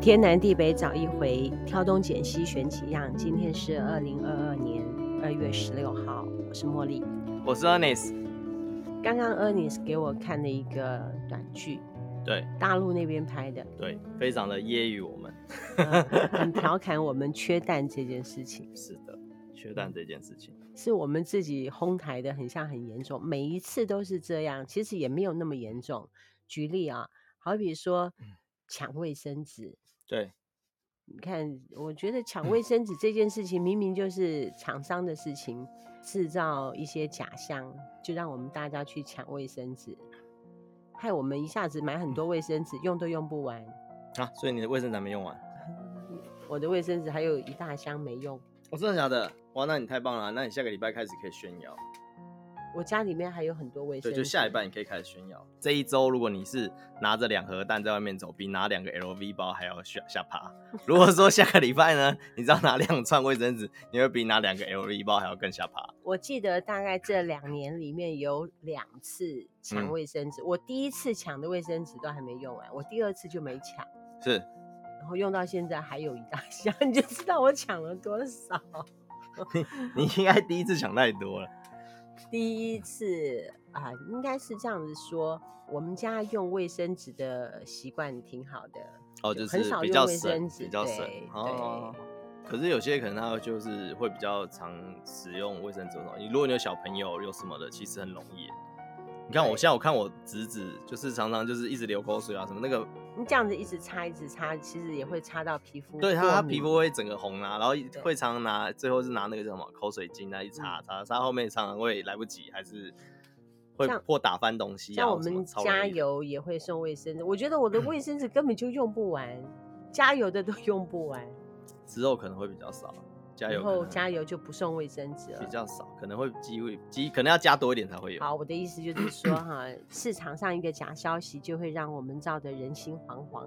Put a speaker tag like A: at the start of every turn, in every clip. A: 天南地北找一回，挑东拣西选几样。今天是二零二二年二月十六号，我是茉莉。
B: 我是 Ernest，
A: 刚刚 Ernest 给我看了一个短剧，
B: 对
A: 大陆那边拍的，
B: 对，非常的揶揄我们，
A: 呃很调侃我们缺蛋这件事情，
B: 是的，缺蛋这件事情，
A: 是我们自己哄抬的，很像很严重，每一次都是这样，其实也没有那么严重。举例啊，好比说抢卫生纸，
B: 对，
A: 你看，我觉得抢
B: 嗯
A: 卫生纸这件事情，明明就是厂商的事情，制造一些假象，就让我们大家去抢卫生纸，害我们一下子买
B: 嗯
A: 很多卫生纸，用都用不完。
B: 啊，所以你的卫生纸还没用完，
A: 我的卫生纸还有一大箱没用，
B: 我、真的假的？哇，那你太棒了啊，那你下个礼拜开始可以炫耀，
A: 我家里面还有很多卫生
B: 对，
A: 纸。
B: 就下礼拜你可以开始炫耀。这一周如果你是拿着两盒蛋在外面走，比拿两个 LV 包还要下下 趴。如果说下个礼拜呢，你知道拿两串卫生纸，你会比拿两个 LV 包还要更下趴。
A: 我记得大概这两年里面有两次抢
B: 嗯
A: 卫生纸，我第一次抢的卫生纸都还没用完，我第二次就没抢，
B: 是，
A: 然后用到现在还有一大箱， 你就知道我抢了多少。
B: 你应该第一次想太多了。
A: 第一次啊、应该是这样子说，我们家用卫生纸的习惯挺好的，
B: 哦，就
A: 很
B: 是
A: 少
B: 比
A: 用
B: 较
A: 卫
B: 省
A: 生，纸
B: 比较省
A: 对
B: 哦。可是有些可能他就是会比较常使用卫生纸的时候，你如果你有小朋友有什么的，其实很容易耶。你看我
A: 对
B: 现在我看我侄子，就是常常就是一直流口水啊什么那个，
A: 你这样子一直擦一直擦，其实也会擦到皮肤过
B: 对
A: 敏。
B: 他他皮肤会整个红啊，然后会常常拿最后是拿那个叫什么口水巾啊一擦
A: 嗯
B: 擦擦，后面常常会来不及，还是会
A: 像
B: 或打翻东西啊。
A: 像我
B: 或什么
A: 们
B: 超容易
A: 加
B: 的
A: 油也会送卫生纸，我觉得我的卫生纸根本就用不完，加油的都 用不完，
B: 之后可能会比较少，加油
A: 然
B: 可能
A: 后
B: 会
A: 加油就不送卫生纸
B: 比
A: 了。
B: 较少，可能会机会机可能要加多一点才会有。
A: 好，我的意思就是说哈，市场上一个假消息就会让我们造得人心惶惶，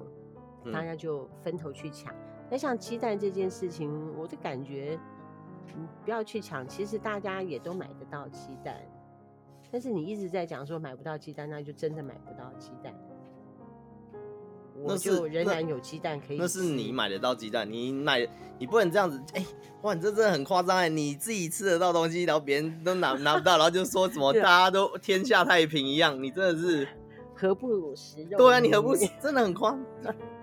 B: 嗯
A: 大家就分头去抢。那像鸡蛋这件事情，我的感觉，嗯，不要去抢，其实大家也都买得到鸡蛋，但是你一直在讲说买不到鸡蛋，那就真的买不到鸡蛋。我
B: 那是
A: 就仍
B: 那
A: 然有鸡蛋可以
B: 那是你
A: 吃
B: 买得到鸡蛋，你买你不能这样子，哎、哇，你这真的很夸张哎！你自己吃得到东西，然后别人都拿拿不到，然后就说什么
A: 对
B: 大
A: 啊
B: 家都天下太平一样，你真 的是，
A: 何不食肉？
B: 对啊，你何不真的很夸？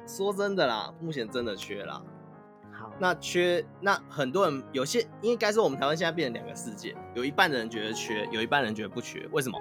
B: 说真的啦，目前真的缺啦。
A: 好？
B: 那缺那很多人有些应该说我们台湾现在变成两个世界，有一半的人觉得缺，有一半人觉得不缺。为什么？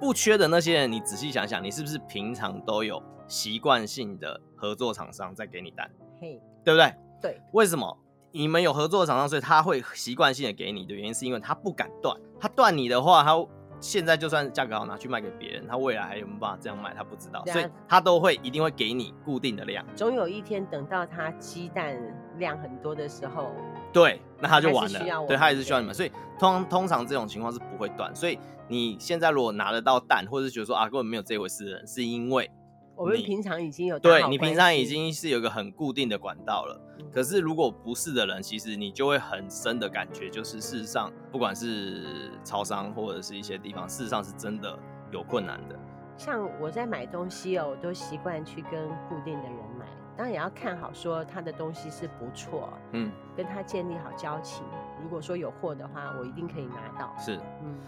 B: 不缺的那些人，你仔细想想，你是不是平常都有习惯性的合作厂商在给你单，
A: 嘿，
B: 对不对？
A: 对，
B: 为什么你们有合作的厂商，所以他会习惯性的给你的原因，是因为他不敢断，他断你的话，他现在就算价格好拿去卖给别人，他未来还有没有办法这样卖，他不知道，
A: 对啊
B: 所以他都会一定会给你固定的量，
A: 总有一天等到它鸡蛋量很多的时候，
B: 对，那他就
A: 还是
B: 完
A: 需要
B: 了，
A: 我
B: 对
A: 们
B: 他也是需要
A: 对
B: 你们，所以通通常这种情况是不会断，所以你现在如果拿得到蛋，或者是觉得说啊根本没有这回事的人，是因为
A: 我们
B: 你
A: 平常已经有打
B: 对
A: 好
B: 你
A: 关
B: 平常
A: 系
B: 已经是有一个很固定的管道了。
A: 嗯
B: 可是如果不是的人，其实你就会很深的感觉，就是事实上，不管是超商或者是一些地方，事实上是真的有困难的。
A: 像我在买东西哦，我都习惯去跟固定的人买，当然也要看好说他的东西是不错，
B: 嗯，
A: 跟他建立好交情。如果说有货的话，我一定可以拿到。
B: 是
A: 嗯，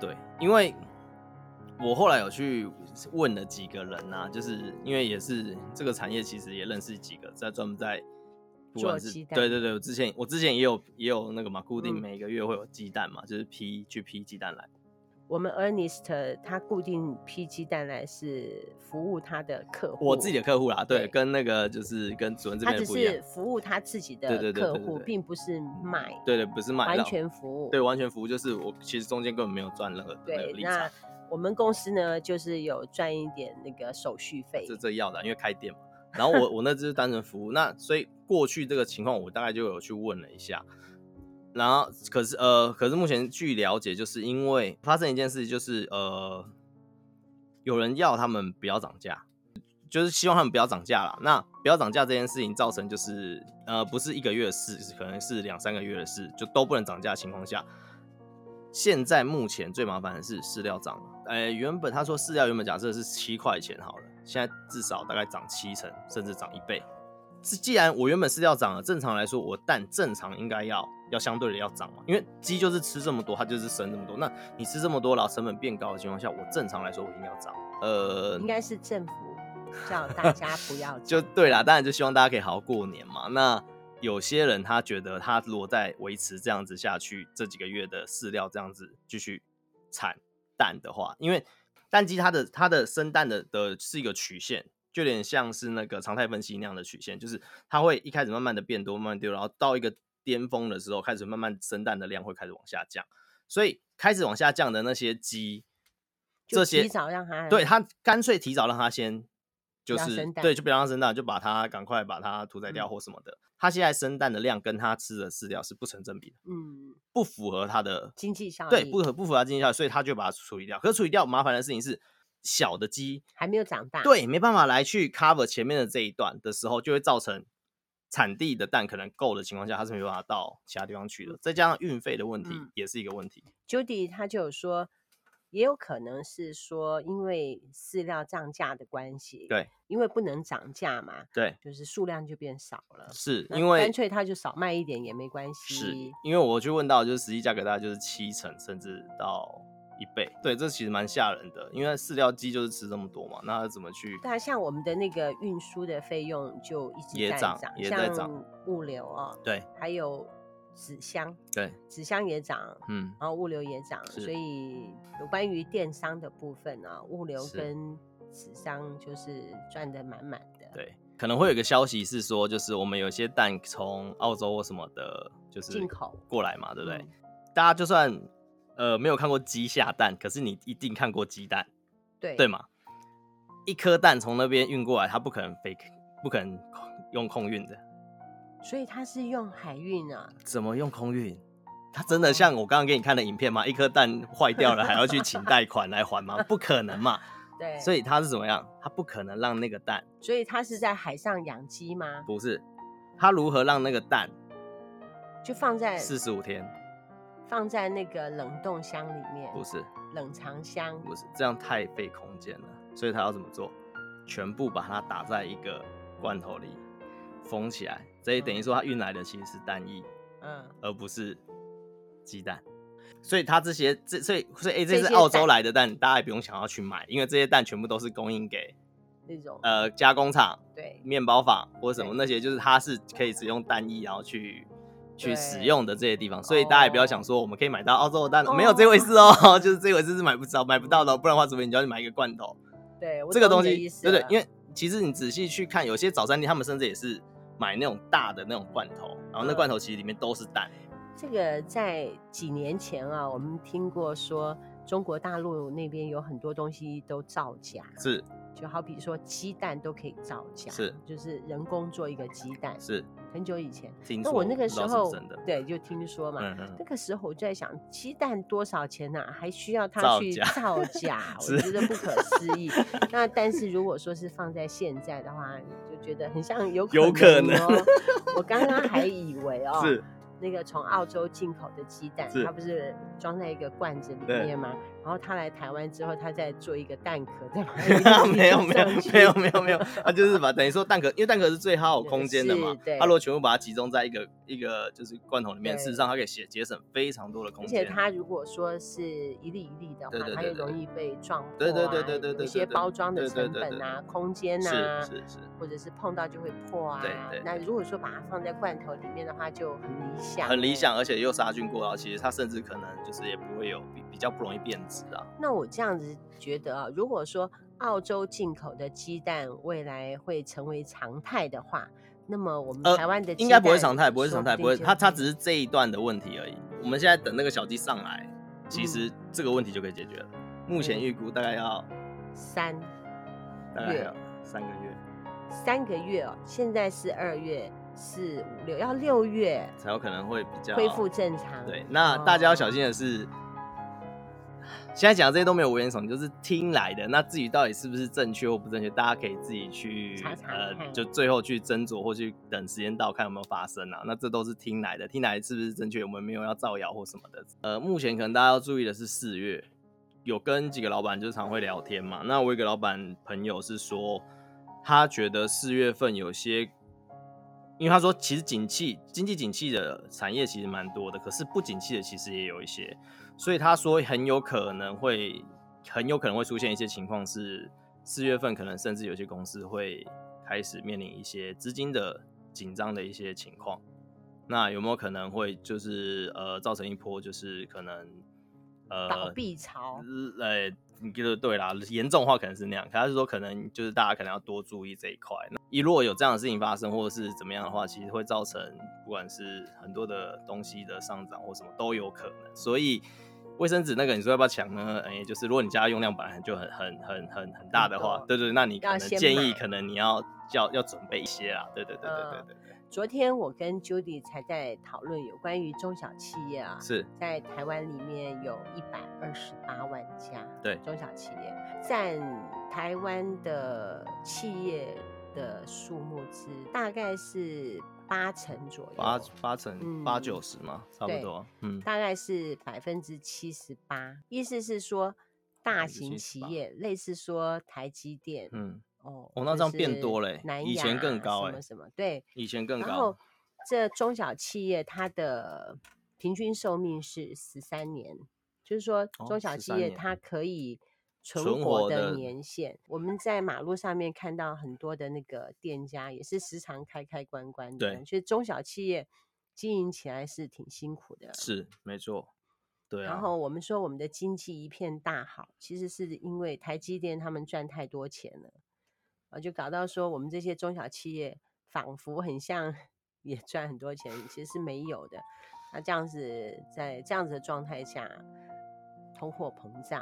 B: 对，因为我后来有去问了几个人啊，就是因为也是这个产业，其实也认识几个在专门在。不
A: 做
B: 管是
A: 鸡蛋
B: 对对对，我之前我之前也有也有那个嘛，固定
A: 嗯
B: 每个月会有鸡蛋嘛，就是批去批鸡蛋来。
A: 我们 Ernest 他固定批鸡蛋来是服务他的客户，
B: 我自己的客户啦，对，
A: 对
B: 跟那个就是跟主任这
A: 他
B: 边
A: 只
B: 的不一样
A: 是。服务他自己的
B: 对对对
A: 客
B: 对对
A: 户，
B: 对
A: 并不是卖，
B: 对对，不是卖
A: 完
B: 到
A: 全服务。
B: 对，完全服务就是我其实中间根本没有赚任何的那个
A: 对，
B: 利
A: 那
B: 差，
A: 我们公司呢，就是有赚一点那个手续费。
B: 这这要的，因为开店嘛。然后我我那只是单纯服务，那所以过去这个情况我大概就有去问了一下，然后可是呃，可是目前据了解，就是因为发生一件事，就是呃，有人要他们不要涨价，就是希望他们不要涨价啦。那不要涨价这件事情造成就是呃，不是一个月的事，可能是两三个月的事，就都不能涨价的情况下，现在目前最麻烦的是饲料涨了。呃，原本他说饲料原本假设是七块钱好了，现在至少大概涨七成，甚至涨一倍。是既然我原本是要涨的，正常来说我蛋正常应该要要相对的要涨嘛，因为鸡就是吃这么多，它就是生这么多。那你吃这么多，然后成本变高的情况下，我正常来说我应该要涨。呃，
A: 应该是政府叫大家不要涨
B: 就对啦，当然就希望大家可以好好过年嘛。那有些人他觉得他如果再维持这样子下去，这几个月的饲料这样子继续产蛋的话，因为蛋鸡它的它的生蛋的的是一个曲线，就有点像是那个常态分析那样的曲线，就是它会一开始慢慢的变多，慢慢地丢，然后到一个巅峰的时候，开始慢慢生蛋的量会开始往下降，所以开始往下降的那些鸡，
A: 就
B: 这些
A: 提早让它
B: 对他干脆提早让他先就
A: 不要
B: 是
A: 嗯生蛋嗯
B: 对，就不要让它生蛋，就把它赶快把它屠宰掉或什么的。它现在生蛋的量跟它吃的饲料是不成正比的，
A: 嗯
B: 不符合它的
A: 经济效益
B: 对，不合不符合它经济效益，所以它就把它处理掉。可是处理掉麻烦的事情是，小的鸡
A: 还没有长大，，
B: 对没办法来去 cover 前面的这一段的时候，就会造成产地的蛋可能够的情况下，它是没办法到其他地方去的。再加上运费的问题
A: 嗯
B: 也是一个问题。
A: Judy 他就有说，也有可能是说因为饲料涨价的关系，
B: 对，
A: 因为不能涨价嘛，
B: 对，
A: 就是数量就变少了，
B: 是
A: 嗯那
B: 因为
A: 干脆他就少卖一点也没关系，
B: 是因为我去问到，就是实际价格大概就是七成甚至到一倍，对，这其实蛮吓人的，因为饲料鸡就是吃这么多嘛，那它怎么去？
A: 对啊，像我们的那个运输的费用就一直
B: 也
A: 在
B: 涨也在涨
A: 像物流哦，
B: 对
A: 还有纸箱，
B: 对，
A: 纸箱也涨，
B: 嗯，
A: 然后物流也涨，
B: 是
A: 所以有关于电商的部分啊，物流
B: 是
A: 跟纸商就是赚的满满的。
B: 对，可能会有一个消息是说，就是我们有些蛋从澳洲或什么的，就是
A: 进口
B: 过来嘛，对不对？
A: 嗯
B: 大家就算呃没有看过鸡下蛋，可是你一定看过鸡蛋，
A: 对
B: 对吗？一颗蛋从那边运过来，它不可能 fake，不可能用空运的，
A: 所以它是用海运啊，
B: 怎么用空运？它真的像我刚刚给你看的影片吗？一颗蛋坏掉了还要去请贷款来还吗？不 可能嘛！
A: 对，
B: 所
A: 以
B: 以它是怎么样？它不可能让那个蛋
A: 所以它是在海上养鸡吗？
B: 不是，它如何让那个蛋
A: 就放在
B: 四十五天？
A: 放在那个冷冻箱里面，
B: 不是，
A: 冷藏箱，
B: 不是，这样太费空间了。所以它要怎么做？全部把它打在一个罐头里，封起来。所以等于说它运来的其实是蛋液，
A: 嗯，
B: 而不是鸡蛋。所以它这些这所以所以哎、诶
A: 这
B: 这
A: 些
B: 是澳
A: 蛋
B: 洲来的蛋，大家也不用想要去买，因为这些蛋全部都是供应给
A: 那种，
B: 呃加工厂、
A: 对，
B: 面包坊或者什么
A: 对
B: 那些，就是它是可以只用蛋液然后去去使
A: 对
B: 用的这些地方。所以大家也不要想说我们可以买到澳洲的蛋，没有这回事
A: 哦
B: 哦， 就是这回事是买不着买不到的哦，不然的话除非你就要去买一个罐头。
A: 对，我
B: 这个
A: 懂
B: 东
A: 你的
B: 西
A: 意，思
B: 对对
A: 了，
B: 因为其实你仔细去看，有些早餐店他们甚至也是买那种大的那种罐头，然后
A: 嗯
B: 那罐头其实里面都是蛋。
A: 这个在几年前啊，我们听过说中国大陆那边有很多东西都造假，
B: 是
A: 就好比说鸡蛋都可以造假，
B: 是
A: 就是人工做一个鸡蛋，
B: 是，
A: 很久以前。
B: 听
A: 那
B: 说
A: 我那个
B: 不
A: 时
B: 知道是不
A: 候
B: 是真的，
A: 对，就听说嘛。
B: 嗯嗯
A: 那个时候我就在想，鸡蛋多少钱呢、还需要他
B: 造
A: 去
B: 假
A: 造 假？我
B: 是
A: 觉得不可思议。那但是如果说是放在现在的话，就觉得很像有
B: 有
A: 可
B: 可
A: 能、
B: 能
A: 哦。 我刚刚还以为哦，
B: 是
A: 那个从澳洲进口的鸡蛋，
B: 是
A: 它不是装在一个罐子里
B: 对
A: 面吗？然后它来台湾之后，它再做一个蛋壳，再 把它
B: 没有没有
A: 上去
B: 没有没有 没有，它就是把等于说蛋壳，因为蛋壳是最耗
A: 对
B: 空间的嘛
A: 是对，
B: 它如果全部把它集中在一个一个就是罐头里面，
A: 对
B: 事实上它可以节节省非常多的空
A: 而且
B: 间。
A: 它如果说是一粒一粒的话，
B: 对对
A: 它
B: 对
A: 又
B: 对
A: 容易被撞破、啊，
B: 对对对对对对
A: 有一
B: 对
A: 些
B: 对
A: 包装的
B: 对对
A: 成
B: 对
A: 本
B: 对
A: 啊、空间啊，
B: 是是是，
A: 或者是碰到就会破啊。
B: 对对
A: 那如果说把它放在罐头里面的话，就很理想，
B: 很理想，。而且又杀菌过，然后其实它甚至可能就是也不会有比比较不容易变质啊。
A: 那我这样子觉得啊，如果说澳洲进口的鸡蛋未来会成为常态的话，那么我们
B: 呃
A: 台湾的鸡
B: 应该不会
A: 蛋
B: 常态，不会
A: 说
B: 常态，
A: 定
B: 不会，
A: 就嗯
B: 它它只是这一段的问题而已。我们现在等那个小鸡上来，
A: 嗯
B: 其实这个问题就可以解决了。目前预估大概要
A: 三
B: 大概
A: 月
B: 要三个月
A: 三个月哦，现在是二月。四五六要六月
B: 才有可能会比较
A: 恢复正常。
B: 啊对，那大家要小
A: 哦
B: 心的是，现在讲的这些都没有危言耸听，就是听来的。那至于到底是不是正确或不正确，大家可以自己去
A: 查查
B: 呃，
A: 看
B: 就最后去斟酌或去等时间到看有没有发生啊。那这都是听来的，听来是不是正确，我们没有要造谣或什么的。呃，目前可能大家要注意的是四月。有跟几个老板就常会聊天嘛，那我有一个老板朋友是说，他觉得四月份有些因为他说其实景气经济景气的产业其实蛮多的，可是不景气的其实也有一些，所以他说很有可能会很有可能会出现一些情况是四月份可能甚至有些公司会开始面临一些资金的紧张的一些情况。那有没有可能会就是呃造成一波就是可能呃
A: 倒闭潮？
B: 呃，你觉得对啦，严重的话可能是那样，可他是说可能就是大家可能要多注意这一块。那一如果有这样的事情发生，或者是怎么样的话，其实会造成不管是很多的东西的上涨或什么都有可能。所以卫生纸那个你说要不要抢呢？哎、就是如果你家用量本来就很很很很很大的话
A: 很多，
B: 对对，那你可
A: 要
B: 能
A: 先
B: 建
A: 买
B: 议可能你要要要准备一些啦，对对对对对
A: 嗯
B: 对对，
A: 昨天我跟 Judy 才在讨论有关于中小企业啊，
B: 是
A: 在台湾里面有一百二十八万家，
B: 对
A: 中小企业占台湾的企业的数目之大概是八成左右，
B: 八八成
A: 嗯
B: 八九十嘛，差不
A: 对
B: 多，嗯，
A: 大概是百分之七十八，意思是说大型
B: 78%
A: 企业，类似说台积电，
B: 嗯，
A: 哦，
B: 哦那
A: 或
B: 这样变
A: 是
B: 多了欸
A: 南
B: 以前
A: 亚
B: 更高
A: 什
B: 欸
A: 么什么对，
B: 以前更
A: 然
B: 高
A: 后，这中小企业它的平均寿命是十三年，就是说
B: 哦
A: 中小企
B: 13
A: 业
B: 年
A: 它可以
B: 存
A: 存
B: 活
A: 活
B: 的
A: 的年限。我们在马路上面看到很多的那个店家也是时常开开关关的，
B: 对
A: 其实中小企业经营起来是挺辛苦的。
B: 是没错，对啊，
A: 然后我们说我们的经济一片大好，其实是因为台积电他们赚太多钱了，啊，就搞到说我们这些中小企业仿佛很像 也赚很多钱，其实是没有的。那这样子在这样子的状态下，通货膨胀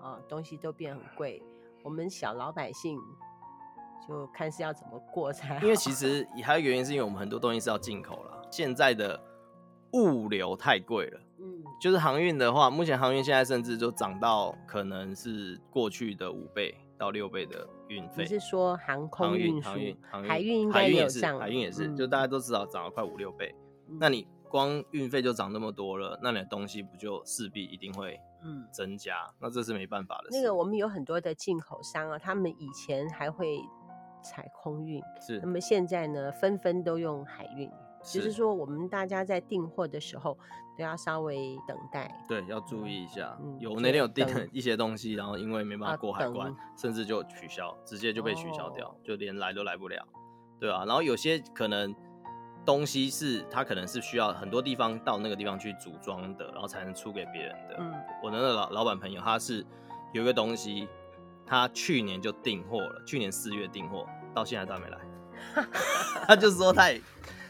A: 啊，东西都变很贵，我们小老百姓就看是要怎么过才好。
B: 因为其实还有一个原因是因为我们很多东西是要进口啦，现在的物流太贵了。
A: 嗯，
B: 就是航运的话，目前航运现在甚至就涨到可能是过去的五倍到六倍的运
A: 你
B: 费。
A: 是说航空
B: 航
A: 运
B: 运、
A: 输
B: 航运、航、运、
A: 海运应
B: 海
A: 该
B: 运
A: 有
B: 也是，
A: 涨，
B: 海运也是，就
A: 嗯
B: 大家都知道涨了快五六倍。那
A: 嗯
B: 你光运费就涨那么多了，那你的东西不就势必一定会
A: 嗯。
B: 增加？那这是没办法的事。
A: 那个我们有很多的进口商啊，他们以前还会采空运，
B: 是
A: 那么现在呢，纷纷都用海运。只
B: 是
A: 是说，我们大家在订货的时候都要稍微等待。
B: 对，要注意一下。
A: 嗯
B: 有
A: 就
B: 那天有订
A: 等
B: 一些东西，然后因为没办法
A: 啊
B: 过海关，
A: 等
B: 甚至就取消，直接就被取消掉，
A: 哦
B: 就连来都来不了，对啊。然后有些可能东西是它可能是需要很多地方到那个地方去组装的，然后才能出给别人的。
A: 嗯，
B: 我的那个老老板朋友，他是有一个东西，他去年就订货了，去年四月订货，到现在都还没来。 他就说他也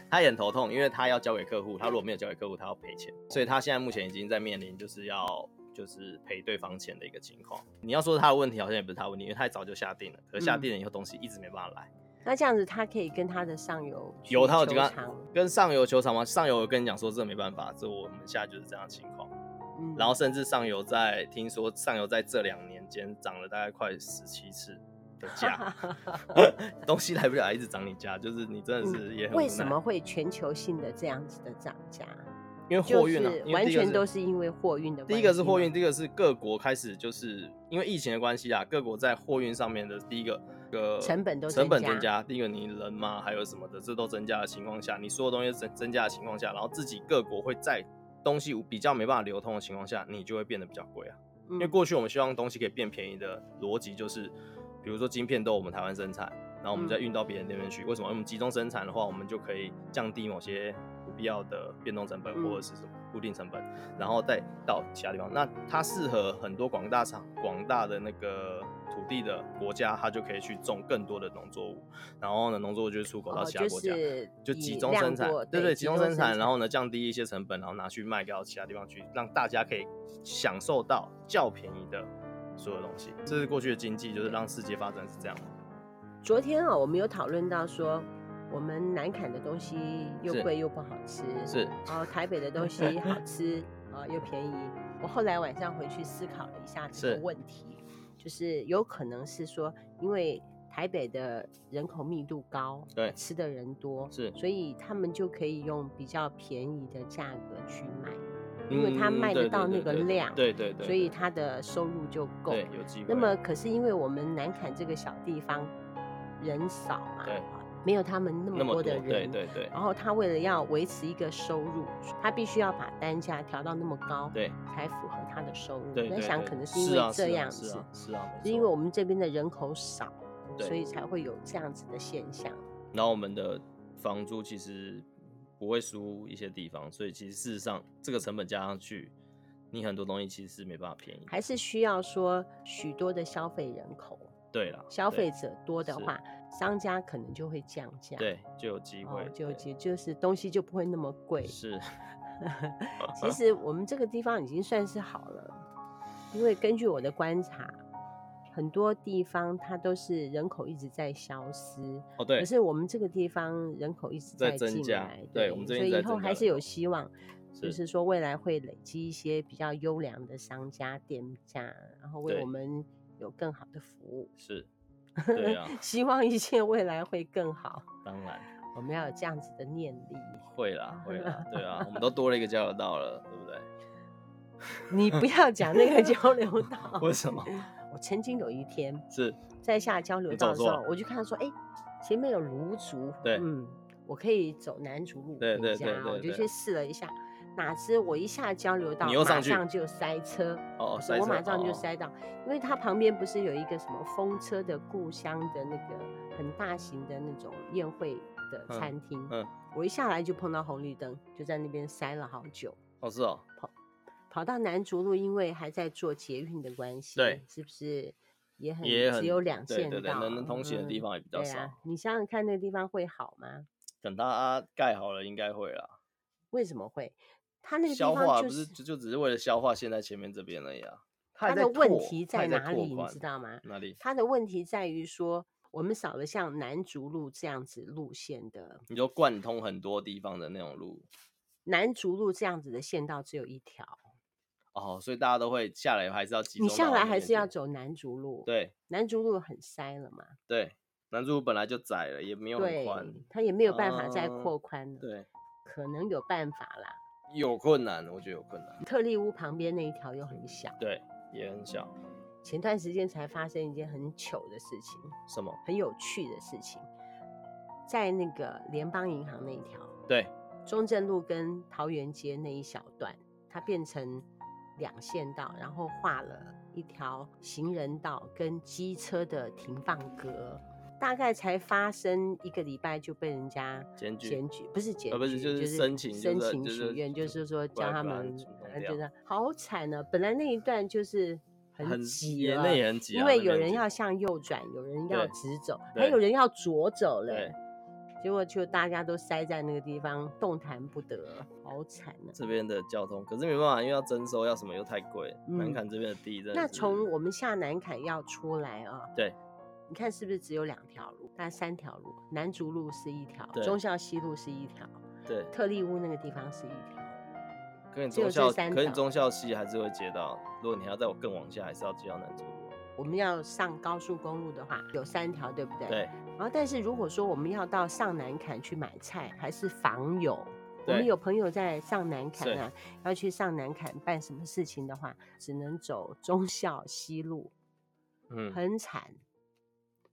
B: 他也很头痛，因为他要交给客户，他如果没有交给客户，他要赔钱，所以他现在目前已经在面临就是要就是赔对方钱的一个情况。你要说他的问题，好像也不是他的问题，因为他也早就下定了，可是下定了以后东西一直没办法来。
A: 那这样子，他可以跟他的上游
B: 有他有
A: 去
B: 跟
A: 求
B: 他
A: 偿
B: 跟上游球场吗？上游有跟你讲说这没办法，这我们现在就是这样的情况。
A: 嗯
B: 然后甚至上游在听说上游在这两年间涨了大概快十七次的价， 东西来不了，一直涨你价，就是你真的是也很无
A: 嗯
B: 奈
A: 为什么？会全球性的这样子的涨价？
B: 因为
A: 就
B: 货运啊，
A: 是
B: 因为
A: 完
B: 第一个
A: 全都是因为货运的关系吗。
B: 第一个是货运，第一个是各国开始就是因为疫情的关系啊，各国在货运上面的第一个个
A: 成本都
B: 成本
A: 增
B: 增加，第一个你人嘛，还有什么的，这都增加的情况下，你所有东西增增加的情况下，然后自己各国会在东西比较没办法流通的情况下，你就会变得比较贵啊。
A: 因
B: 因为过去我们希望东西可以变便宜的逻辑就是，比如说晶片都我们台湾生产，然后我们再
A: 嗯
B: 运到别人那边去。为什么？因为我们集中生产的话，我们就可以降低某些不必要的变动成本
A: 嗯
B: 或者是什么固定成本，然后再到其他地方。那它适合很多广大厂、广大的那个土地的国家，它就可以去种更多的农作物，然后呢，农作物就是出口到
A: 哦
B: 其他
A: 就
B: 国家。
A: 是
B: 就
A: 以
B: 集中
A: 量
B: 生产
A: 多，
B: 对
A: 对，
B: 集中生产，然
A: 后
B: 后呢降低一些成本，然后拿去卖到其他地方去，让大家可以享受到较便宜的所有东西。这是过去的经济，就是让世界发展是这样嘛。
A: 昨天哦，我们有讨论到说，我们南坎的东西又
B: 是
A: 贵又不好吃，
B: 是
A: 然后呃台北的东 西好吃啊、又便宜。我后来晚上回去思考了一下这
B: 是
A: 个问题，就是有可能是说，因为台北的人口密度高，
B: 对
A: 吃的人多，
B: 是
A: 所以他们就可以用比较便宜的价格去买，因为它卖得到那个量
B: 嗯对对对，
A: 所以他的收入就够。
B: 对有机会。
A: 那么可是因为我们南坎这个小地方人少嘛，
B: 对
A: 啊没有他们那么
B: 那么
A: 多
B: 多，
A: 的人，
B: 对对对
A: 然后他为了要维持一个收入，他必须要把单价调到那么高，
B: 对
A: 才符合他的收入。
B: 对
A: 嗯我在
B: 对，
A: 想，
B: 对
A: 可能是因
B: 是
A: 为
B: 啊
A: 这
B: 是啊
A: 样
B: 是
A: 子，
B: 啊是啊，
A: 是因为我们这边的人口少，
B: 对
A: 所以才会有这样子的现象。
B: 然后我们的房租其实不会输一些地方，所以其实事实上这个成本加上去，你很多东西其实是没办法便宜的。
A: 还是需要说许多的消费人口，
B: 对啦，
A: 消
B: 对
A: 费者多的
B: 是
A: 话，商家可能就会降价，
B: 对就有机
A: 哦
B: 会，，
A: 就
B: 对
A: 就就是东西就不会那么贵。
B: 是
A: 其实我们这个地方已经算是好了，因为根据我的观察，很多地方它都是人口一直在消失，
B: 哦对
A: 可，是我们这个地方人口一直
B: 在增
A: 进
B: 加
A: 来，
B: 对我们这
A: 所
B: 边
A: 以
B: 在
A: 以后
B: 增加
A: 还
B: 人
A: 是有
B: 口
A: 希望。就是说未来会累积一些比较优良的商家、店家，然后为
B: 对
A: 我们有更好的服务。
B: 是，对啊
A: 希望一切未来会更好。
B: 当然
A: 我们要有这样子的念力。
B: 会啦会啦，对啊，我们都多了一个交流道了，对不对？
A: 你不要讲那个交流 道。
B: 为什么？
A: 我曾经有一天
B: 是
A: 在下交流
B: 你
A: 道
B: 走
A: 的时
B: 错
A: 候，我就看到说，哎、前面有芦竹，
B: 啊对
A: 嗯，我可以走南竹路
B: 对
A: 回
B: 对
A: 家
B: 对，
A: 啊我
B: 对
A: 就
B: 对
A: 去试了一下。哪知我一下交流道，
B: 你又上去
A: 马上就塞车，
B: 哦哦
A: 不是
B: 塞
A: 我
B: 车
A: 马上就
B: 哦
A: 塞到，因为它旁边不是有一个什么风车的故乡的那个很大型的那种宴会的
B: 嗯
A: 餐厅，
B: 嗯
A: 我一下来就碰到红绿灯，就在那边塞了好久。
B: 哦是 哦，
A: 跑到南竹路，因为还在做捷运的关系，
B: 对，
A: 是不是也很
B: 也很
A: 只有两
B: 对
A: 线道，啊
B: 对对能能通行的地方也比较
A: 对啊
B: 少，
A: 你想想看，那个地方会好吗？
B: 等它盖好了应该会啦。
A: 为什么会？它那个地
B: 消化
A: 方
B: 不
A: 就是
B: 就就只是为了消化现在前面这边而已啊。
A: 它
B: 它还在
A: 的问
B: 拓
A: 题
B: 它还
A: 在
B: 在
A: 哪
B: 拓
A: 里，你
B: 宽
A: 知道吗？
B: 哪里？
A: 它的问题在于说，我们少了像南竹路这样子路线的，
B: 你就贯通很多地方的那种路
A: 南竹路这样子的线道只有一条，
B: 哦，所以大家都会下来还是要集中。
A: 你下来还是要。走南竹路，，
B: 对
A: 南竹路很塞了嘛，
B: 对，男主本来就窄了，也没有很
A: 对
B: 宽。，
A: 它也没有办法再
B: 嗯
A: 扩宽了，
B: 对，
A: 可能有办法啦。
B: 有困难，我觉得有困难。
A: 特例屋旁边那一条又很小。
B: 对，也很小。
A: 前段时间才发生一件很糗的事情，
B: 什么？
A: 很有趣的事情，在那个联邦银行那一条
B: 对，
A: 中正路跟桃园街那一小段，它变成两线道，然后画了一条行人道跟机车的停放格。大概才发生一个礼拜就被人家
B: 检举
A: 检举不是检举，
B: 呃不是就是申请
A: 申
B: 就是
A: 请
B: 就是
A: 许愿，就
B: 就是
A: 说
B: 把
A: 叫
B: 它
A: 他
B: 把它
A: 们
B: 主动，
A: 呃
B: 掉
A: 真的好惨啊！本来那一段就是
B: 很
A: 挤
B: 也
A: 了，
B: 那也很挤啊，
A: 因为
B: 那边
A: 有
B: 很
A: 人
B: 挤
A: 要向右转，有人要
B: 对
A: 直走，
B: 对
A: 还有人要左走嘞
B: 对。
A: 结果就大家都塞在那个地方，动弹不得，好惨啊！
B: 这边的交通，可是没办法，因为要征收，要什么又太贵了。
A: 嗯
B: 南坎这边的地真的
A: 那
B: 是
A: 从我们下南坎要出来啊，
B: 对，
A: 你看是不是只有两条路？大概三条路，南竹路是一条，
B: 对
A: 忠孝西路是一条，
B: 对，
A: 特力屋那个地方是一条。
B: 可你
A: 只有
B: 中
A: 这
B: 校，
A: 三
B: 可你
A: 条
B: 中校西还是会接到。如果你还要再更往下，还是要接到南中路。
A: 我们要上高速公路的话，有三条，对不对？。
B: 对，
A: 然后，但是如果说我们要到上南坎去买菜，还是访友，我们
B: 对
A: 有朋友在上南坎啊，要去上南坎办什么事情的话，只能走忠孝西路，
B: 嗯，
A: 很惨，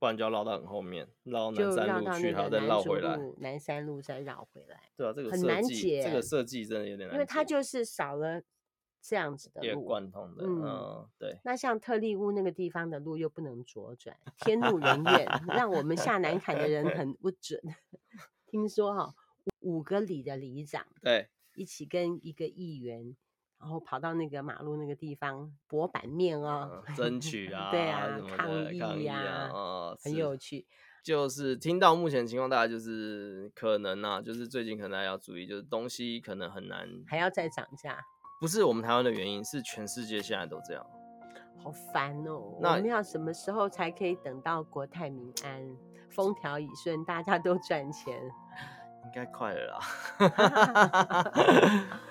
B: 不然就要绕到很后面，绕到
A: 就
B: 南
A: 绕到
B: 山路去，
A: 那
B: 还要
A: 个
B: 再
A: 南
B: 绕
A: 竹
B: 回来。
A: 路、南山路再绕回来，
B: 对啊，这个
A: 很
B: 设
A: 难
B: 计
A: 解
B: 这个设计真的有点难解，
A: 因为它就是少了这样子的
B: 也
A: 路。
B: 贯通的，
A: 嗯
B: 嗯，对，
A: 那像特利屋那个地方的路又不能左转，天怒人怨，让我们下南坎的 人很不准。 听说哈、五五个里的里长
B: 对，
A: 一起跟一个议员，然后跑到那个马路那个地方博版面哦，
B: 嗯 争取啊，
A: 对啊
B: 什么，的
A: 抗议
B: 啊，哦
A: 很
B: 是
A: 有趣。
B: 就是听到目前情况，大家就是可能啊，就是最近可能大家要注意，就是东西可能很难，
A: 还要再涨价，
B: 不是我们台湾的原因，是全世界现在都这样。
A: 好烦哦！我
B: 那
A: 们要什么时候才可以等到国泰民安、风调雨顺，大家都赚钱？
B: 应该快了 啦。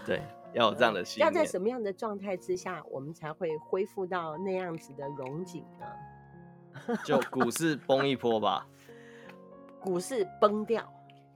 B: 对，要有这样的信
A: 要
B: 念。
A: 在什么样的状态之下，我们才会恢复到那样子的荣景呢？
B: 就股市崩一波吧，
A: 股市崩掉，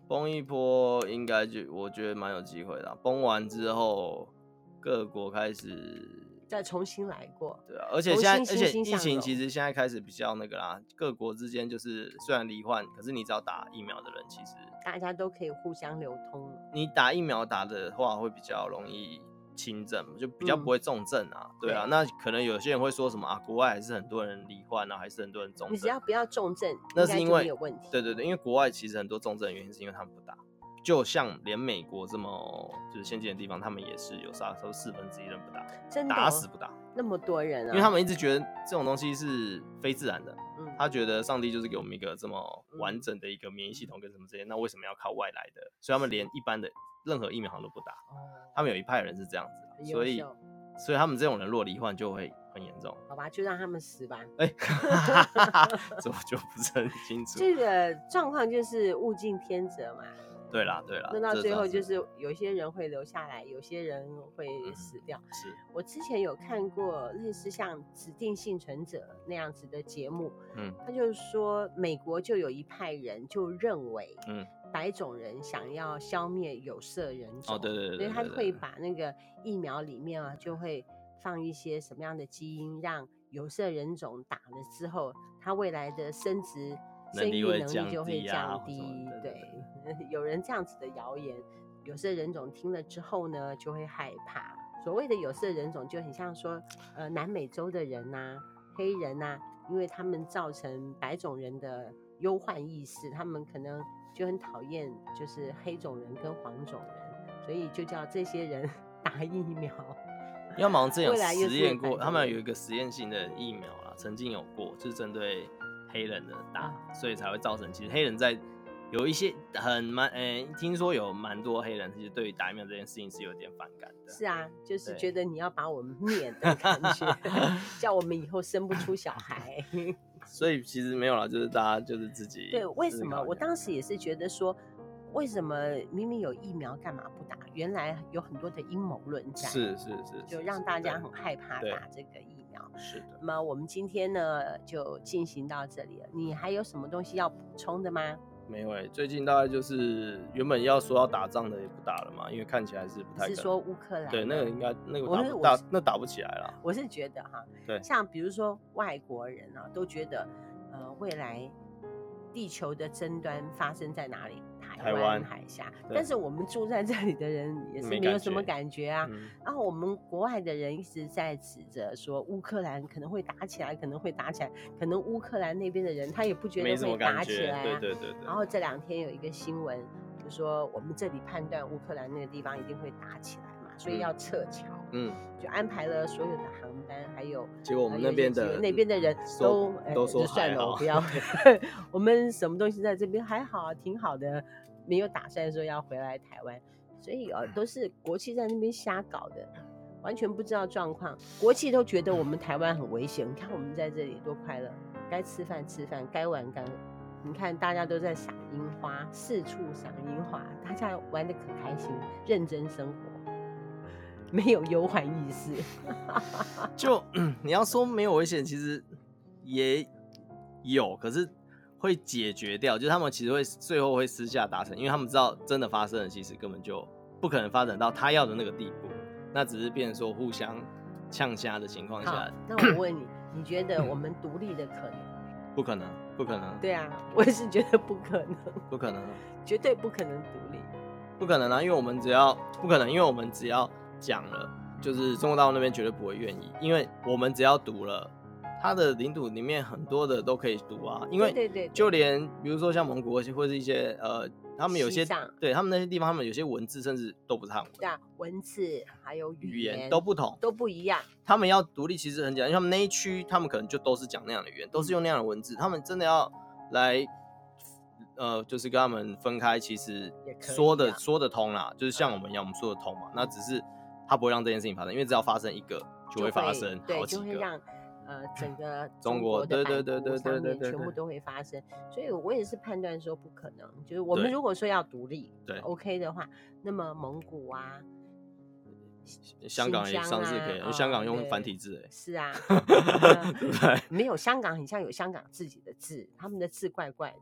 B: 崩一波应该就我觉得蛮有机会的啊、崩完之后，各国开始
A: 再重新来过。
B: 对啊，而且
A: 重
B: 现在，
A: 新欣
B: 而且
A: 欣
B: 疫
A: 向
B: 情
A: 荣
B: 其实现在开始比较那个啦，各国之间就是虽然罹患，可是你只要打疫苗的人，其实
A: 大家都可以互相流通了，
B: 你打疫苗打的话会比较容易轻症，就比较不
A: 嗯
B: 会重症啊。对啊，
A: 对
B: 那可能有些人会说什么啊，国外还是很多人罹患啊，还是很多人重
A: 你只要
B: 症。
A: 不要重症，
B: 那
A: 应
B: 是
A: 该
B: 因
A: 就没
B: 为
A: 有问题。
B: 对对对，因为国外其实很多重症的原因是因为他们不打，就像连美国这么就是先进的地方，他们也是有啥时候四分之一人不打，
A: 真的
B: 打
A: 哦
B: 死不打，
A: 那么多人啊，
B: 因为他们一直觉得这种东西是非自然的。
A: 嗯
B: 他觉得上帝就是给我们一个这么完整的一个免疫系统跟什么之类，那为什么要靠外来的？所以他们连一般的任何疫苗好像都不打。他们有一派人是这样子
A: 哦很
B: 的，
A: 优
B: 所以
A: 秀
B: 所以他们这种人若罹患就会很严重。
A: 好吧，就让他们死吧。
B: 哎、 哈哈哈，这我就不是很清楚。
A: 这个状况就是物竞天择嘛，
B: 对啦对啦，
A: 那到
B: 啊这
A: 最
B: 倒
A: 后就是有些人会留下来，有些人会
B: 嗯
A: 死掉。
B: 是，
A: 我之前有看过类似像指定幸存者那样子的节目，
B: 嗯
A: 他就是说美国就有一派人就认为
B: 嗯，
A: 白种人想要消灭有色人种，
B: 哦对对对
A: 所以
B: 对
A: 他
B: 对
A: 会
B: 对
A: 把那个疫苗里面啊就会放一些什么样的基因，让有色人种打了之后，他未来的生殖
B: 能
A: 生
B: 力
A: 育
B: 会
A: 能
B: 降
A: 力就会
B: 低啊
A: 降
B: 或什
A: 低
B: 么的。对
A: 对， 有人这样子的谣言，有色人种听了之后呢，就会害怕。所谓的有色人种，就很像说，呃，南美洲的人呐、黑人呐、因为他们造成白种人的忧患意识，他们可能就很讨厌就是黑种人跟黄种人，所以就叫这些人 打疫苗。
B: 因为他们好像之前有
A: 未来又
B: 实
A: 是
B: 验
A: 反
B: 过，
A: 正
B: 他们有
A: 有
B: 一个实验性的疫苗啦，曾经有过，就是针对黑人的打，
A: 嗯
B: 所以才会造成其实黑人在有一些很蛮，诶、听说有蛮多黑人其实对于打疫苗这件事情是有点反感的。
A: 是啊，就是
B: 对
A: 觉得你要把我们灭的感觉， 叫我们以后生不出小孩。
B: 所以其实没有啦，就是大家就是自己
A: 对，为
B: 思
A: 什么
B: 考一
A: 我
B: 下
A: 当时也是觉得说，为什么明明有疫苗，干嘛不打？原来有很多的阴谋论在，
B: 是是是，
A: 就是让
B: 是
A: 大家
B: 对
A: 很害怕
B: 对
A: 打这个疫苗。
B: 是的。
A: 那么我们今天呢就进行到这里了，你还有什么东西要补充的吗？
B: 没有、欸，最近大概就是原本要说要打仗的也不打了嘛，因为看起来是不太可
A: 是
B: 能
A: 说乌克兰？
B: 对那个应。该那个
A: 我
B: 打
A: 是
B: 不
A: 我
B: 打
A: 是
B: 那打不起来了。
A: 我是觉得哈，
B: 对
A: 像比如说外国人啊，都觉得呃未来地球的争端发生在哪里？
B: 台
A: 台
B: 湾
A: 湾海峡。
B: 对
A: 但是我们住在这里的人也是
B: 没
A: 没有
B: 感
A: 什么
B: 觉
A: 感觉啊。
B: 嗯
A: 然后我们国外的人一直在指责说乌克兰可能会打起来，可能会打起来，可能乌克兰那边的人他也不觉
B: 没
A: 得
B: 什么
A: 会
B: 感
A: 打起
B: 觉，
A: 来、啊。
B: 对对对对。
A: 然后这两天有一个新闻，就说我们这里判断乌克兰那个地方一定会打起来嘛，所以
B: 嗯
A: 要撤侨，
B: 嗯，
A: 就安排了所有的航班，还有
B: 结果我
A: 呃
B: 们
A: 有
B: 那
A: 一些
B: 边
A: 机
B: 的嗯
A: 会那边的 人
B: 说
A: 都哎
B: 都说
A: 就算
B: 还
A: 了，我
B: 好
A: 不 要， 我们什么东西在这边还好啊，挺好的，没有打算说要回来台湾，所以啊都是国企在那边瞎搞的。完全不知道状况，国企都觉得我们台湾很危险。你看我们在这里多快乐，该吃饭吃饭，该玩该玩。你看大家都在赏樱花，四处赏樱花，大家玩的可开心，认真生活，没有忧患意识。
B: 就你要说没有危险，其实也有，可是会解决掉，就是他们其实会最后会私下达成，因为他们知道真的发生了，其实根本就不可能发展到他要的那个地步，那只是变成说互相呛虾的情况
A: 好
B: 下，，
A: 那我问你，你觉得我们独立的可能？
B: 不可能，不可能，
A: 对啊，我也是觉得不可能，
B: 不可能，
A: 绝对不可能独立。
B: 不可能啊！因为我们只要不可能，因为我们只要讲了，就是中国大陆那边绝对不会愿意，因为我们只要赌了，它的领土里面很多的都可以赌啊，因为
A: 对对对，
B: 就连比如说像蒙古或是或是一些呃，他们有
A: 西
B: 些
A: 藏
B: 对他们那些地方，他们有些文字甚至都不是汉文，
A: 对啊，文字还有
B: 语
A: 语
B: 言都不同。
A: 都不一样。
B: 他们要独立其实很简单，因为他们那一区他们可能就都是讲那样的语言，都
A: 嗯
B: 是用那样的文字。他们真的要来呃，就是跟他们分开，其实
A: 也可以嗯
B: 说的
A: 啊
B: 说得通啦，就是像我们一样，我们说得通嘛。那只是他不会让这件事情发生，因为只要发生一个就会发生
A: 对，
B: 好几
A: 就会
B: 个。
A: 让呃整个
B: 中国
A: 的
B: 对对
A: 版
B: 对
A: 图
B: 对对
A: 上
B: 对
A: 面
B: 对
A: 全部
B: 对
A: 都会发生，所以我也是判断说不可能。就是我们
B: 对
A: 如果说要独立，
B: 对
A: ，OK 的话，那么蒙古啊，
B: 香港也
A: 新疆
B: 上
A: 啊
B: 次可以，因为
A: 哦
B: 香港用
A: 对
B: 繁体字哎、
A: 是啊，呃
B: 对不对？
A: 没有香港很像有香港自己的字，他们的字怪怪的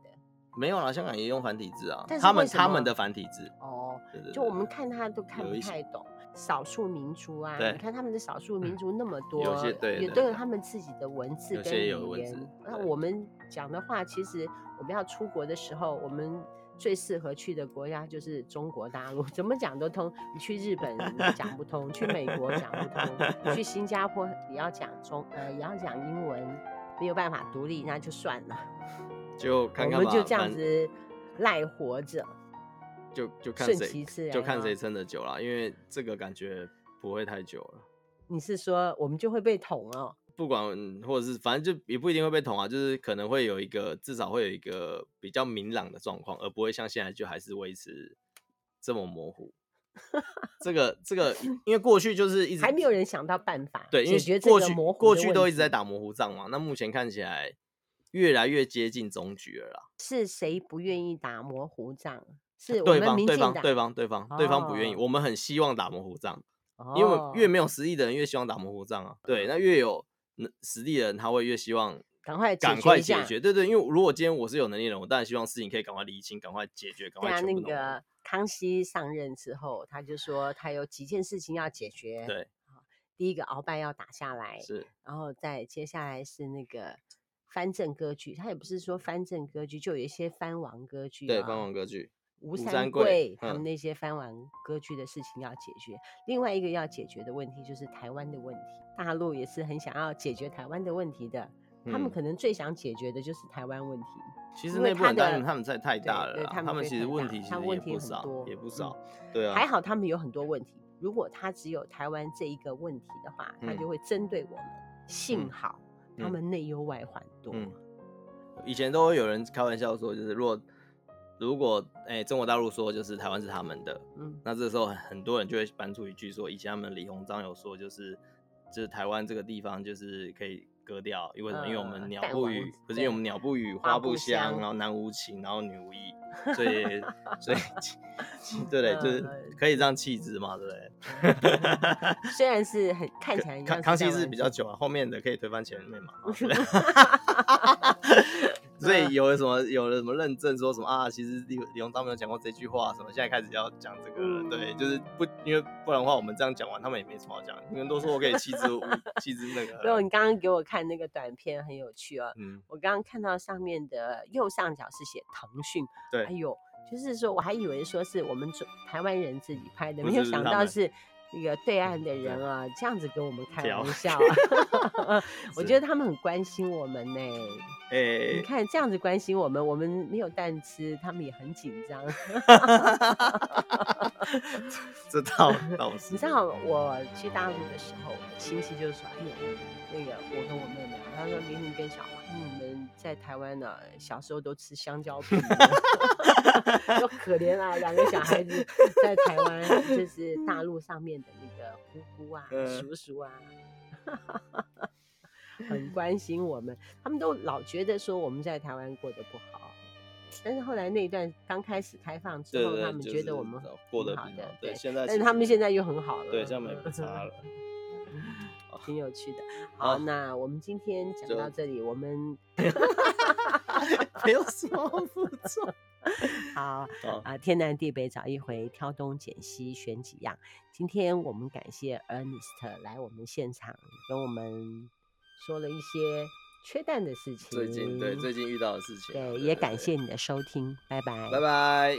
B: 没有啦，香港也用繁体字啊
A: 但，是
B: 他们
A: 为什
B: 他们
A: 么
B: 的繁体字，
A: 哦。
B: 对对对
A: 就我们
B: 对
A: 看他都看
B: 有
A: 不
B: 一些
A: 太懂。少数民族啊，
B: 对嗯
A: 你看他们的少数民族那么多，
B: 有些对
A: 也
B: 对
A: 都有
B: 对
A: 他们自己的文字
B: 有
A: 跟
B: 些
A: 语
B: 有文字
A: 言。那
B: 对
A: 我们讲的话，其实我们要出国的时候，我们最适合去的国家就是中国大陆， 怎么讲都通。你去日本讲不通，去美国讲不通，去新加坡也要讲中，呃，也要讲英文，没有办法独立，那就算了，
B: 就看看
A: 我们就
B: 吧
A: 这样
B: 反
A: 子赖活着，
B: 就就看
A: 顺其
B: 谁
A: 自然。啊
B: 就看谁。撑得久啦，因为这个感觉不会太久了。
A: 你是说我们就会被捅哦？
B: 不管嗯或者是反正就也不一定会被捅啊，就是可能会有一个至少会有一个比较明朗的状况，而不会像现在就还是维持这么模糊。这个这个，因为过去就是一直
A: 还没有人想到办法
B: 对，因
A: 解决
B: 为
A: 这
B: 过
A: 个
B: 去
A: 模糊
B: 过
A: 的
B: 去
A: 问
B: 都一直在
A: 题
B: 打模糊仗嘛，那目前看起来越来越接近终局了啦。
A: 是谁不愿意打模糊仗？是我
B: 呃对
A: 们
B: 方
A: 民
B: 对
A: 进
B: 方
A: 党，
B: 对方对方对方不愿意，
A: 哦
B: 我们很希望打模糊仗。
A: 哦，
B: 因为我越没有实力的人越希望打模糊仗啊。对，那越有能实力的人，他会越希望
A: 赶快解
B: 赶
A: 决
B: 快
A: 一
B: 解
A: 下
B: 决。对对，因为如果今天我是有能力的人，我当然希望事情可以赶快理清、赶快解决、赶
A: 对
B: 快
A: 啊，
B: 全部
A: 那
B: 弄完。
A: 个康熙上任之后，他就说他有几件事情要解决。
B: 对，
A: 第一个鳌拜要打下来，
B: 是
A: 然后再接下来是那个藩镇割据。他也不是说藩镇割据，就有一些藩王割据、啊。
B: 对藩王割据，
A: 吴
B: 吴
A: 三
B: 三
A: 桂
B: 桂
A: 他们
B: 嗯
A: 那些翻完歌剧的事情要解决。另外一个要解决的问题就是台湾的问题，大陆也是很想要解决台湾的问题的。他们
B: 嗯
A: 可能最想解决的就是台湾问题。
B: 其实
A: 因为
B: 内部
A: 他
B: 很大，
A: 的
B: 因为他们在太
A: 对
B: 大了
A: 对
B: 啦，
A: 他们
B: 们
A: 会
B: 其实
A: 太
B: 问
A: 大
B: 题其
A: 他
B: 实
A: 问
B: 也
A: 题
B: 不
A: 很
B: 少
A: 多，
B: 也不
A: 嗯
B: 少。对啊，
A: 还好他们有很多问题，如果他只有台湾这一个问题的话，他就
B: 嗯
A: 会针对我们。幸
B: 嗯
A: 好他
B: 嗯
A: 们内忧外患多。
B: 嗯以前都会有人开玩笑说，就是如果如果哎、中国大陆说就是台湾是他们的，
A: 嗯
B: 那这时候很很多人就会搬出一句说，以前他们李鸿章有说，就是就是台湾这个地方就是可以割掉，因为什么？因为我
A: 呃
B: 们鸟
A: 弹
B: 不
A: 王
B: 语
A: 子，
B: 不是
A: 对
B: 因为我们鸟不语，花
A: 花不
B: 不香，
A: 香
B: 然后男无情，然后女 无义，所以所以 对嘞，就是
A: 呃
B: 可以这样弃之嘛，对不对？
A: 虽然是很看起来很像
B: 康康熙
A: 在
B: 是
A: 玩
B: 比
A: 笑
B: 较久啊，后面的可以推翻前面嘛。哦对 不对
A: 啊
B: 所以有了什么有了什么认证说什么啊？其实李李鸿章没有讲过这句话，什么现在开始要讲这个了，对，就是不因为不然的话，我们这样讲完，他们也没什么好讲。你们都说我可以弃之无弃之 那
A: 没有，
B: 个，
A: 你刚刚给我看那个短片很有趣哦。
B: 嗯，
A: 我刚刚看到上面的右上角是写腾讯，哎
B: 对，
A: 呦，就是说我还以为说是我们中台湾人自己拍的，
B: 不
A: 没有
B: 是
A: 想
B: 他
A: 到
B: 们嗯
A: 是那个对岸的
B: 对
A: 人啊，这样子跟我们开
B: 调
A: 玩 笑、啊。我
B: 是
A: 觉得他们很关心我们呢、你
B: 哎，
A: 看这样子关心我们，我们没有蛋吃，他们也很紧张。
B: 这倒倒是，
A: 你知道我去大陆的时候，我亲戚就说：“哎呀，那个我跟我妹妹啊，她说玲玲跟小华，你们在台湾呢、小时候都吃香蕉 皮，都可怜啊，两个小孩 子在台湾就是大陆上面的那个姑姑啊、
B: 嗯
A: 叔叔啊。” 很关心我们，他们都老觉得说我们在台湾过得不好，但是后来那一段刚开始开放之
B: 对
A: 后，
B: 对，
A: 他们
B: 就
A: 觉
B: 是
A: 得我们
B: 过
A: 挺
B: 得
A: 好
B: 比较
A: 的，
B: 对，现在
A: 但是
B: 其
A: 他们
B: 实
A: 现在又很好了，嗯
B: 对，这样也不差 了。
A: 挺有趣的。好，
B: 好
A: 那我们今天讲
B: 就
A: 到这里，我们
B: 没有什么 哦好负重。
A: 好
B: 好
A: 啊，天南地北找一回，挑东拣西选几样。今天我们感谢 Ernest 来我们现场跟我们说了一些缺蛋的事情。
B: 最近对最近遇到的事情啊，
A: 对
B: 对
A: 也
B: 对
A: 感
B: 对
A: 谢你的收听，拜拜，
B: 拜拜。